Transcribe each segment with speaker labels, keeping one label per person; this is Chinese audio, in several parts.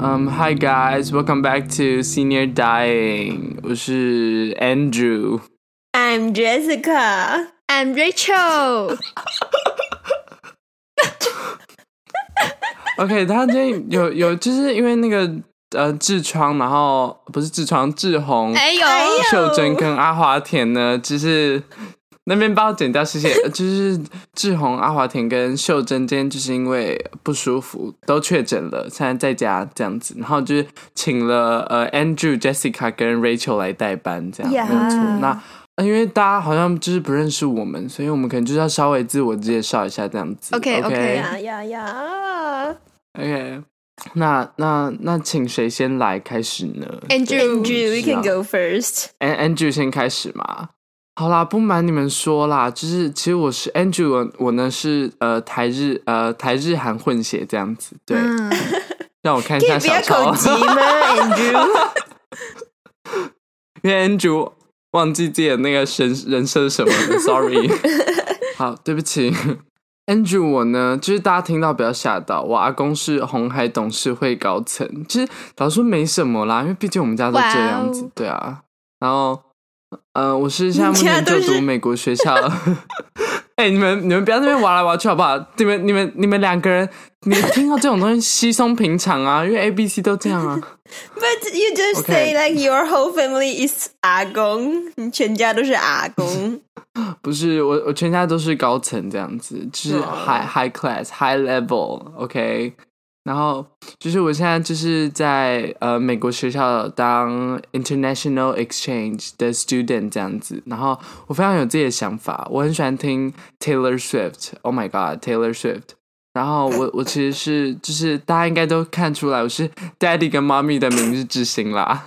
Speaker 1: Um, hi guys, welcome back to Senior Dying. 我是 Andrew。
Speaker 2: I'm Jessica.
Speaker 3: I'm Rachel，
Speaker 1: OK，他最近有有就是因为那个呃痔疮，然后不是痔疮，志宏、
Speaker 3: 哎呦，
Speaker 2: 哎呦
Speaker 1: 秀珍跟阿华田呢，就是那边帮我剪掉，谢谢。呃就是志宏、阿华田跟秀珍今天就是因为不舒服都确诊了，现在在家这样子，然后就是请了呃 Andrew、Jessica 跟 Rachel 来代班，这样
Speaker 2: 呀
Speaker 1: 没有错。那呃因为大家好像就是不认识我们，所以我们可能就是要稍微自我介绍一下这样子。
Speaker 3: OK，OK
Speaker 1: OK
Speaker 2: 呀呀呀
Speaker 1: OK，那那那，请谁先来开始呢
Speaker 3: Andrew
Speaker 2: ！Andrew, we
Speaker 1: 是
Speaker 2: can
Speaker 1: 啊
Speaker 2: go first.
Speaker 1: An-？Andrew 先开始嘛？好啦，不瞒你们说啦，就是其实我是 Andrew，我我呢是呃台日呃台日韩混血这样子，对，
Speaker 3: 嗯
Speaker 1: 让我看一
Speaker 2: 可
Speaker 1: 下
Speaker 2: 以不
Speaker 1: 小
Speaker 2: 要口
Speaker 1: 抄，
Speaker 2: 急吗 ，Andrew？
Speaker 1: 因为 Andrew 忘记自己的那个人人生什么的，sorry，好，对不起。Andrew，我呢，就是大家听到不要吓到，我阿公是红海董事会高层，其实老实说没什么啦，因为毕竟我们家都这样子
Speaker 3: 哇哦
Speaker 1: 对啊。然后，呃，我是现在目前
Speaker 2: 你家
Speaker 1: 就
Speaker 2: 都是
Speaker 1: 读美国学校。 哎、你们你们不要在那边挖来挖去好不好？你们你们你们两个人，你们听到这种东西稀松平常啊，因为 A、B、C 都这样啊。
Speaker 2: But you just say
Speaker 1: Okay.
Speaker 2: like your whole family is 阿公，你全家都是阿公。
Speaker 1: 不是我，我全家都是高层这样子，就是
Speaker 2: 哦
Speaker 1: high、high class high level，OK、然后就是我现在就是在呃美国学校当 international exchange 的 student 这样子，然后我非常有自己的想法，我很喜欢听 Taylor Swift，Oh my God，Taylor Swift。然后我我其实是就是大家应该都看出来，我是 Daddy 跟 Mommy 的明日之星啦。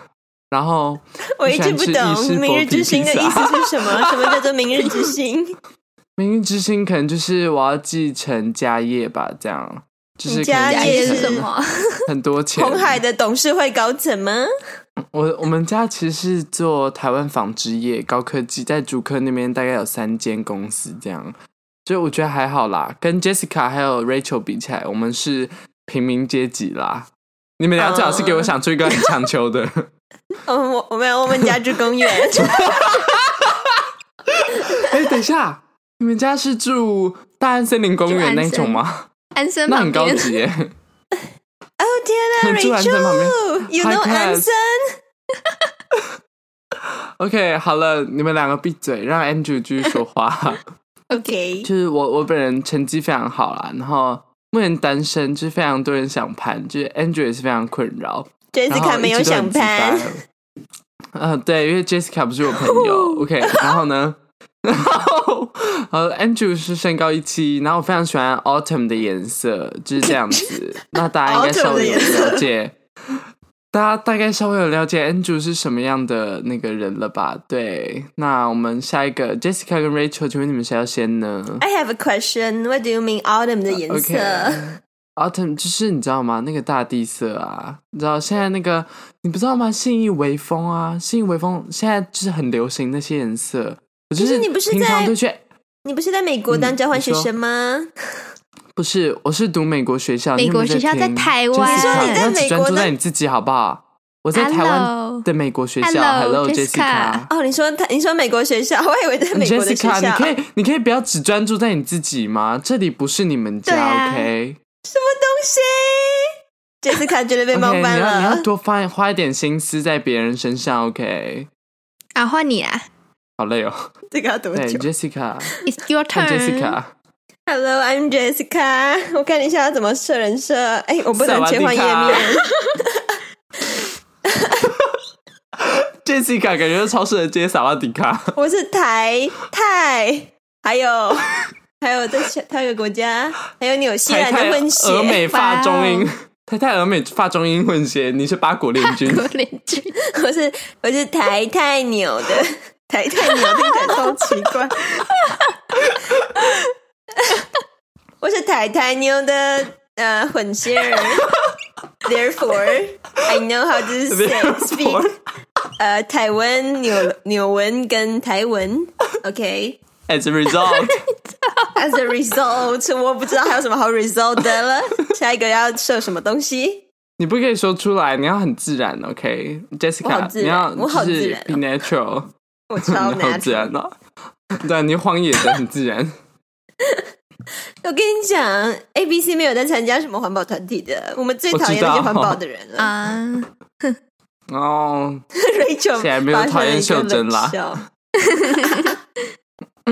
Speaker 1: 然后
Speaker 2: 我一直不
Speaker 1: 喜欢吃意式
Speaker 2: 懂明日之星的
Speaker 1: 薄皮
Speaker 2: 意
Speaker 1: 披萨
Speaker 2: 思是什么，什么叫做明日之星？
Speaker 1: 明日之星可能就是我要继承家业吧，这样就是可能
Speaker 2: 家
Speaker 3: 家
Speaker 2: 业
Speaker 3: 业
Speaker 1: 继承
Speaker 3: 啊是什么？
Speaker 1: 很多钱。
Speaker 2: 红海的董事会高层吗？
Speaker 1: 我我们家其实是做台湾纺织业高科技，在竹科那边大概有三间公司这样，所以我觉得还好啦。跟 Jessica 还有 Rachel 比起来，我们是平民阶级啦。你们俩最好是给我想出一个很强求的。
Speaker 2: 嗯， 我我没有，我们家住公园。
Speaker 1: 哎、等一下，你们家是住大安森林公园那种吗？
Speaker 3: 安生
Speaker 1: 那
Speaker 3: 旁
Speaker 1: 很高
Speaker 3: 边，
Speaker 1: 级耶。
Speaker 2: 哦天哪
Speaker 1: 住安森旁边
Speaker 2: ，Rachel，you know
Speaker 1: High class
Speaker 2: 安森
Speaker 1: OK，好了，你们两个闭嘴，让 Andrew 继续说话。
Speaker 2: ？OK，
Speaker 1: 就是我我本人成绩非常好啦，然后目前单身，就是非常多人想攀，就是 Andrew 也是非常困扰。然后
Speaker 2: Jessica 没有
Speaker 1: 一直都
Speaker 2: 想
Speaker 1: 很
Speaker 2: 攀
Speaker 1: 直，白。嗯、对，因为 Jessica 不是我朋友 ，OK。然后呢，然后呃，Andrew 是身高一七，然后我非常喜欢 Autumn 的颜色，就是这样子。那大家应该稍微
Speaker 2: Autumn 的颜
Speaker 1: 有
Speaker 2: 色
Speaker 1: 了解，大家大概稍微有了解 Andrew 是什么样的那个人了吧？对，那我们下一个 Jessica 跟 Rachel，请问你们谁要先呢？
Speaker 2: I have a question. What do you mean autumn 的颜色
Speaker 1: Autumn 啊就是你知道吗？那个大地色啊，你知道现在那个你不知道吗？信义微风啊，信义微风现在就是很流行那些颜色。我就
Speaker 2: 可是你不是
Speaker 1: 平常
Speaker 2: 在
Speaker 1: 都去，
Speaker 2: 你不是在美国
Speaker 1: 嗯
Speaker 2: 当交换学生吗？
Speaker 1: 不是，我是读美国学校，
Speaker 3: 美国学校
Speaker 1: 你有没有
Speaker 3: 在台
Speaker 1: 听
Speaker 3: 湾
Speaker 1: Jessica，
Speaker 2: 你说你在
Speaker 1: 要只
Speaker 2: 美
Speaker 1: 专
Speaker 2: 国
Speaker 1: 注
Speaker 2: 的
Speaker 1: 在你自己好不好？我在台湾
Speaker 3: Hello
Speaker 1: 的美国学校
Speaker 3: Hello，
Speaker 1: Jessica
Speaker 3: Jessica。
Speaker 2: 哦，你说他，你说美国学校，我以为 在美国的学
Speaker 1: Jessica，你
Speaker 2: 校。
Speaker 1: 可以，你可以不要只专注在你自己吗？这里不是你们家、
Speaker 3: 对啊
Speaker 1: o k
Speaker 2: 东西，Jessica 觉得被
Speaker 1: o
Speaker 2: 冒
Speaker 1: k 你
Speaker 2: 犯
Speaker 1: 要你要
Speaker 2: 了。
Speaker 1: 多花花一点心思在别人身上，OK？
Speaker 3: 啊，换你啦
Speaker 1: 好累哦。
Speaker 2: 这个要多
Speaker 1: 对
Speaker 2: 久
Speaker 1: ，Jessica，
Speaker 3: ，It's your
Speaker 1: 看
Speaker 3: turn。
Speaker 1: Jessica，
Speaker 2: ？Hello, I'm Jessica。我看一下要怎么设人设。哎，我不能切换页
Speaker 1: 萨瓦
Speaker 2: 面
Speaker 1: 迪。Jessica 感觉就超适合接萨瓦迪卡。
Speaker 2: 我是台泰，还有 还有在其他一个国家，还有纽西
Speaker 1: 台
Speaker 2: 兰
Speaker 1: 泰
Speaker 2: 的混血。
Speaker 1: 俄美发中英
Speaker 3: 哇，
Speaker 1: 台泰俄美发中英混血，你是八国联 军。
Speaker 3: 我邻居，
Speaker 2: 我是我是台泰牛的，台泰牛听起来超奇怪。 我是台泰牛的呃混血 儿，Therefore I know how to say speak 呃台湾纽纽文跟台文。OK。
Speaker 1: As a result，
Speaker 2: As a result，我不知道还有什么好 result 的了。下一个要设什么东西？
Speaker 1: 你不可以说出来，你要很自然
Speaker 2: 我
Speaker 1: ，OK？Jessica，、
Speaker 2: 好自然
Speaker 1: 你要
Speaker 2: 我好
Speaker 1: 就
Speaker 2: 自
Speaker 1: 是
Speaker 2: 然哦
Speaker 1: be natural，
Speaker 2: 我 超
Speaker 1: 你好
Speaker 2: 难。
Speaker 1: 自然哦。对，你晃眼的很自然。
Speaker 2: 我跟你讲，A B C 没有在参加什么环保团体的，我们最讨厌那
Speaker 1: 我
Speaker 2: 些
Speaker 1: 知道
Speaker 2: 环保的人了。
Speaker 3: 啊，
Speaker 1: 哦，
Speaker 2: Rachel
Speaker 1: 现在没有
Speaker 2: 发出了
Speaker 1: 讨厌
Speaker 2: 一个
Speaker 1: 秀珍啦
Speaker 2: 冷笑。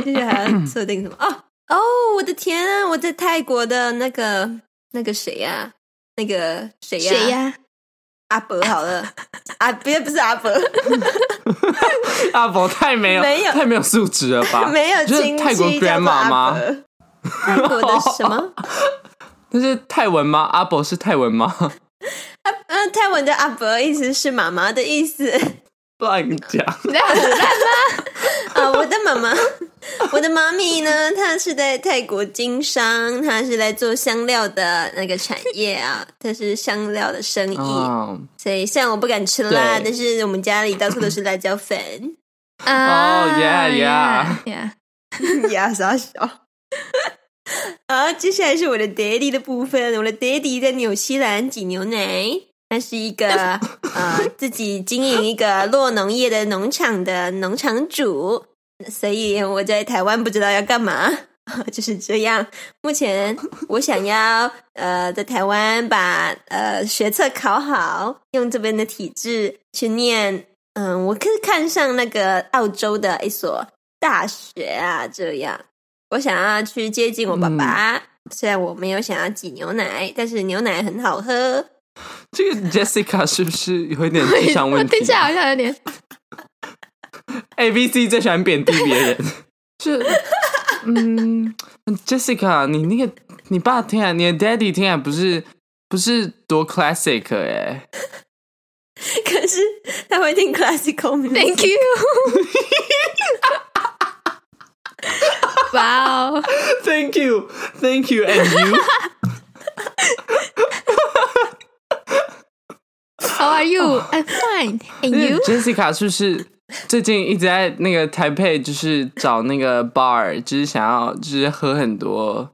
Speaker 2: 谢谢还要设定什么？哦哦，我的天啊！我在泰国的那个那个谁呀、那个谁呀、
Speaker 3: 谁呀？
Speaker 2: 阿伯好了，啊，别不是阿伯，
Speaker 1: 阿伯太没有，
Speaker 2: 没有
Speaker 1: 太没有素质了吧？
Speaker 2: 没有
Speaker 1: 啊就是
Speaker 2: 亲
Speaker 1: 泰国
Speaker 2: 戚叫做
Speaker 1: grandma
Speaker 2: 阿
Speaker 1: 吗
Speaker 2: 伯？泰国的什 么？
Speaker 1: 那是泰文吗？阿伯是泰文吗？
Speaker 2: 嗯、泰文的阿伯意思是妈妈的意思。
Speaker 1: 乱 讲。
Speaker 3: 你在胡乱
Speaker 2: 啊，我的妈妈， 我的妈咪呢？她是在泰国经商，她是来做香料的那个产业啊，她是香料的生意。
Speaker 1: 哦
Speaker 2: 所以虽然我不敢吃辣，
Speaker 1: 对
Speaker 2: 但是我们家里到处都是辣椒粉。
Speaker 3: 啊
Speaker 1: 哦，yeah，yeah
Speaker 3: yeah，
Speaker 2: 呀，傻笑。好，接下来是我的 daddy 的部分。我的 daddy 在纽西兰挤牛奶，他是一个呃自己经营一个落农业的农场的农场主，所以我在台湾不知道要干嘛， 就是这样。目前我想要呃在台湾把呃学测考好，用这边的体制去念。嗯，我可以看上那个澳洲的一所大学啊，这样我想要去接近我爸爸。虽然我没有想要挤牛奶，但是牛奶很好喝。
Speaker 1: 这个 Jessica 是不是有一点智商
Speaker 3: 我
Speaker 1: 问题
Speaker 3: 听起来好像有 点
Speaker 1: ？A B C 最喜欢贬低 别人。是，嗯，Jessica，你那个你爸听来，你的 Daddy 听来不是不是多 classic 哎、
Speaker 2: 可是他会听 classical music，
Speaker 3: Thank you。哇哦，
Speaker 1: t h a n k you，Thank you，and you 。
Speaker 3: How are you?
Speaker 1: 哦
Speaker 3: I'm fine. And you?
Speaker 1: Jessica 是不是最近一直在那个台北，就是找那个 bar，就是想要就是喝很多，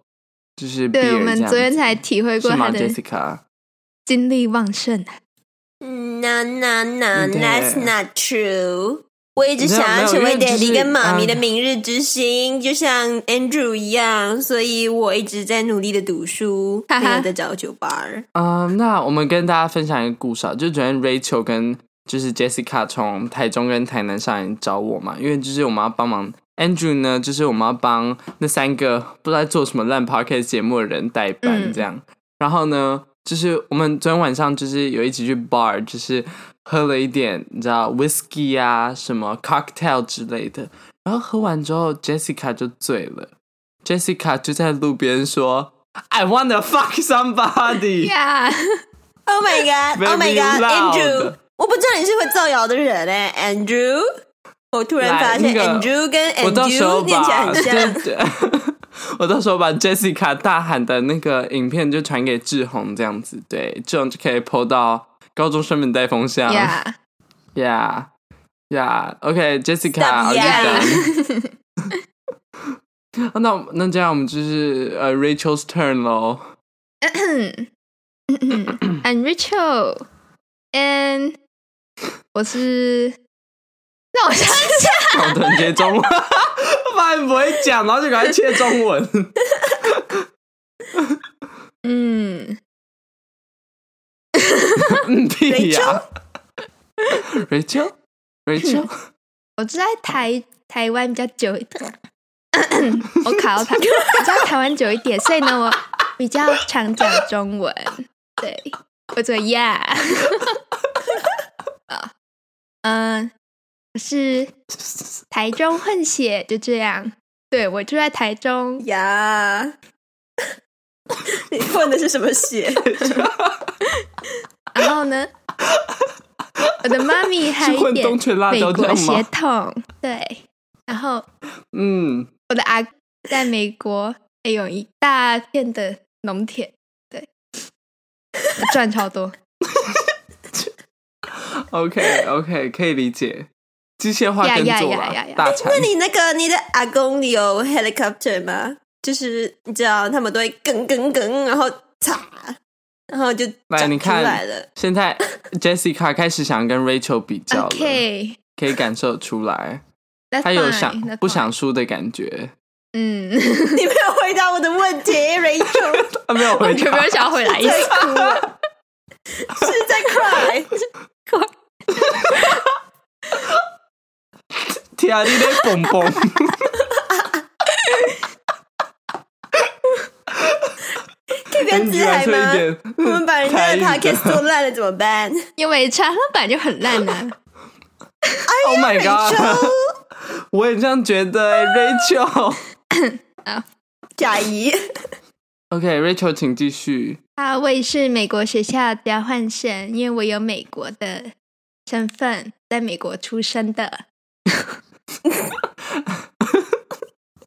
Speaker 1: 就是
Speaker 3: 对，
Speaker 1: beer
Speaker 3: 我们
Speaker 1: 这样
Speaker 3: 昨天
Speaker 1: 子
Speaker 3: 才体会过
Speaker 1: 是吗
Speaker 3: 他的
Speaker 1: ，Jessica？
Speaker 3: 精力旺盛啊。
Speaker 2: No no no,
Speaker 1: 对
Speaker 2: that's not true。我一直
Speaker 1: 你知道
Speaker 2: 想要
Speaker 1: 没有
Speaker 2: 成为
Speaker 1: 因为就是
Speaker 2: daddy 跟妈咪
Speaker 1: 嗯
Speaker 2: 的明日之星，就像 Andrew 一样，所以我一直在努力的读书，
Speaker 3: 哈哈
Speaker 2: 没有在找酒吧。
Speaker 1: 嗯、那我们跟大家分享一个故事啊，就是昨天 Rachel 跟就是 Jessica 从台中跟台南上来找我嘛，因为就是我们要帮忙 Andrew 呢，就是我们要帮那三个不知道在做什么烂 podcast 节目的人代班
Speaker 3: 嗯
Speaker 1: 这样。然后呢，就是我们昨天晚上就是有一起去 bar，就是喝了一点你知道 whisky 啊什么 cocktail 之类的，然后喝完之后 Jessica 就醉了，Jessica 就在路边说。I wanna fuck somebody。
Speaker 3: Yeah，
Speaker 2: Oh my god! Oh my
Speaker 1: Very
Speaker 2: god,
Speaker 1: loud.
Speaker 2: Andrew！我不知道你是会造谣的人哎、a n d r e w 我突然
Speaker 1: 来
Speaker 2: 发现
Speaker 1: 那个
Speaker 2: Andrew 跟
Speaker 1: 我到时候
Speaker 2: Andrew 念起来
Speaker 1: 把
Speaker 2: 很 像。
Speaker 1: 对 对我到时候把 Jessica 大喊的那个影片就传给志宏，这样子，对，志宏就可以 PO 到高中生们带风向
Speaker 3: yeah，
Speaker 1: ，Yeah Yeah，OK，Jessica，
Speaker 2: Stop
Speaker 1: 我
Speaker 2: yeah
Speaker 1: 记得。哦那我那这样我们就是呃 Rachel's turn 喽。
Speaker 3: I'm Rachel and 我是，让我想一下，
Speaker 1: 我突然接中文，发现不会讲，然后就赶快切中文。
Speaker 3: 嗯，
Speaker 1: 嗯，屁呀、Rachel，Rachel，
Speaker 3: 我是在台台湾比较久一点， 我考到台，我在台湾久一点，所以呢，我比较常讲中文，对，我做 Yeah，啊，嗯，我是台中混血，就这样，对我住在台中，
Speaker 2: 呀， 你混的是什么血？
Speaker 3: 然后呢，我的妈 咪还
Speaker 1: 是
Speaker 3: 有一
Speaker 1: 混
Speaker 3: 点
Speaker 1: 东泉辣
Speaker 3: 美
Speaker 1: 椒
Speaker 3: 国
Speaker 1: 酱
Speaker 3: 血
Speaker 1: 吗？
Speaker 3: 统，对，然后
Speaker 1: 嗯。
Speaker 3: 我的阿公在美国也有一大片的农田，对，赚超多，
Speaker 1: OK OK，可以理解，机械化
Speaker 3: 呀
Speaker 1: 耕
Speaker 3: 呀
Speaker 1: 作
Speaker 3: 呀
Speaker 1: 啦
Speaker 3: 呀呀
Speaker 1: 大产
Speaker 2: 那你那个你的阿公你有 helicopter 吗？就是你知道他们都会梗梗梗，然后嚓，然后就
Speaker 1: 来，
Speaker 2: 长
Speaker 1: 你
Speaker 2: 出来
Speaker 1: 看，
Speaker 2: 了。
Speaker 1: 现在 Jessica 开始想跟 Rachel 比较了
Speaker 3: OK，
Speaker 1: 可以感受出来，
Speaker 3: that's
Speaker 1: 她有
Speaker 3: fine，
Speaker 1: 想
Speaker 3: that's
Speaker 1: 不
Speaker 3: fine
Speaker 1: 想输的感觉。
Speaker 3: 嗯，
Speaker 2: 你没有回答我的问 题，Rachel
Speaker 1: 她啊没有
Speaker 3: 我
Speaker 1: 回
Speaker 3: 有没
Speaker 1: 答
Speaker 3: 有，想要回来一 次？
Speaker 2: 在哭了，是在 cry。
Speaker 1: 天啊，你在蹦蹦，
Speaker 2: 可以不要
Speaker 1: 你
Speaker 2: 自
Speaker 1: 来
Speaker 2: 嗨
Speaker 1: 说一
Speaker 2: 吗？
Speaker 1: 点。
Speaker 2: 我们把人家的
Speaker 1: 台语的
Speaker 2: podcast 做烂了怎么 办
Speaker 3: 因为差，他本来就很烂啊。
Speaker 1: Oh my god！
Speaker 2: ？Rachel，
Speaker 1: 我也这样觉得、欸、，Rachel。
Speaker 2: 贾怡，
Speaker 1: OK，Rachel，、请继续。
Speaker 3: 啊，我也是美国学校交换生，因为我有美国的身份，在美国出生的。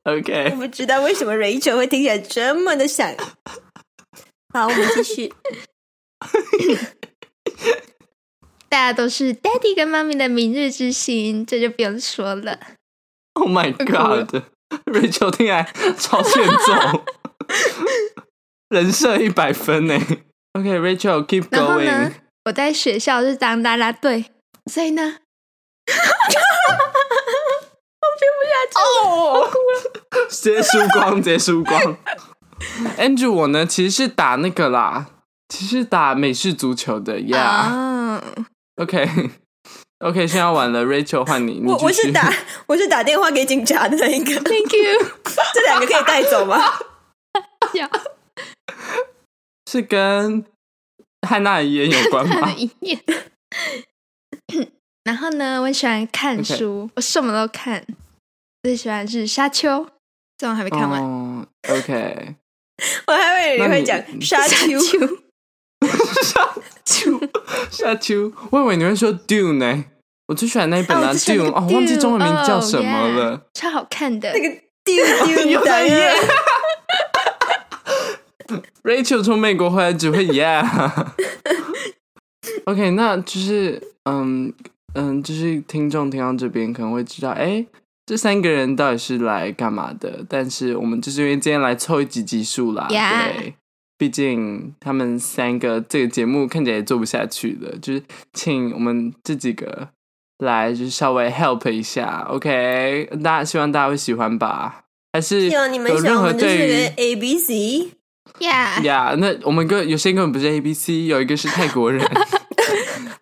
Speaker 2: 我
Speaker 1: OK，
Speaker 2: 不知道为什么 Rachel 会听起来这么的响。好，我们继续。
Speaker 3: 大家都是 daddy 跟妈咪的明日之星，这就不用说了。
Speaker 1: Oh my
Speaker 3: 了
Speaker 1: God，Rachel 听起来超欠 揍，人设一百分呢。OK，Rachel，keep、
Speaker 3: 然后
Speaker 1: going
Speaker 3: 呢。，我在学校是当啦啦队，所以呢，
Speaker 1: 哦，直接输光，直接输光。Andrew，我呢其实是打那个啦，其实是打美式足球的呀。
Speaker 3: 啊，
Speaker 1: OK，OK，现在晚了，Rachel 换你， 你
Speaker 2: 我
Speaker 1: 继
Speaker 2: 我是
Speaker 1: 续
Speaker 2: 打我是打电话给警察的那一个，
Speaker 3: Thank you
Speaker 2: 这两个可以带走 吗？
Speaker 3: 呀。
Speaker 1: 是跟汉娜遗言有关
Speaker 3: 看
Speaker 1: 吗
Speaker 3: 了？一 夜。然后呢，我喜欢看
Speaker 1: OK
Speaker 3: 书我什么都看，最喜欢是《沙丘》，这我还没看完。
Speaker 1: 哦、OK，
Speaker 2: 我还以为你会讲
Speaker 1: 那你
Speaker 2: 沙丘，
Speaker 1: 沙丘，沙丘，我以为你会说 Dune 呢、我最喜欢那一本
Speaker 3: 哦
Speaker 1: 啦、
Speaker 3: 我最喜
Speaker 1: Dune，
Speaker 3: 欢那个
Speaker 1: 哦，忘记中文名叫
Speaker 3: Dune，
Speaker 1: 什么了。
Speaker 3: 超好看的。
Speaker 2: 那个丢丢
Speaker 1: 又在耶
Speaker 2: 的。
Speaker 1: Rachel 从美国回 来只会 Yeah。OK，那就是嗯嗯，就是听众听到这边可能会知道，哎、这三个人到底是来干嘛的？但是我们就是因为今天来凑一集集数啦
Speaker 3: Yeah
Speaker 1: 对，毕竟他们三个这个节目看起来也做不下去了，就是请我们这几个来就是稍微 help 一下，OK？大家希望大家会喜欢吧？还是
Speaker 2: 希望你们
Speaker 1: 有
Speaker 2: 想，
Speaker 1: 任
Speaker 2: 我
Speaker 1: 何
Speaker 2: 们就是
Speaker 1: 对于
Speaker 2: 个 A B C，
Speaker 3: 呀
Speaker 1: 呀那我们跟有些根本不是 A B C，有一个是泰 国人，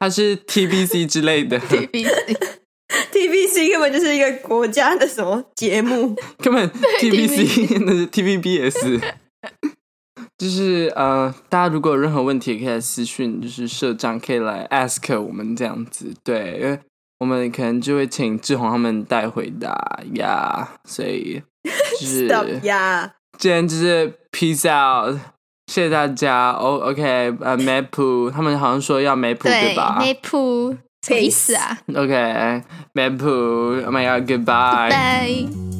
Speaker 1: 他是 T B C 之类 的，
Speaker 2: T B C 根本就是一个国家的什么节目？
Speaker 1: 根本 T B C 那是 T V B S。就是呃，大家如果有任何问题，也可以来私讯，就是社长可以来 ask 我们这样子，对，因为我们可能就会请志宏他们代回答呀所 以就是
Speaker 2: Stop 呀！
Speaker 1: 今天就是 peace out，谢谢大家。哦、o k 呃、m a p u 他们好像说要 map
Speaker 3: 对，
Speaker 1: 吧
Speaker 3: 那铺什么意思啊？
Speaker 1: ？OK，map，Oh Oh my
Speaker 3: 拜
Speaker 1: god，goodbye。
Speaker 3: 拜。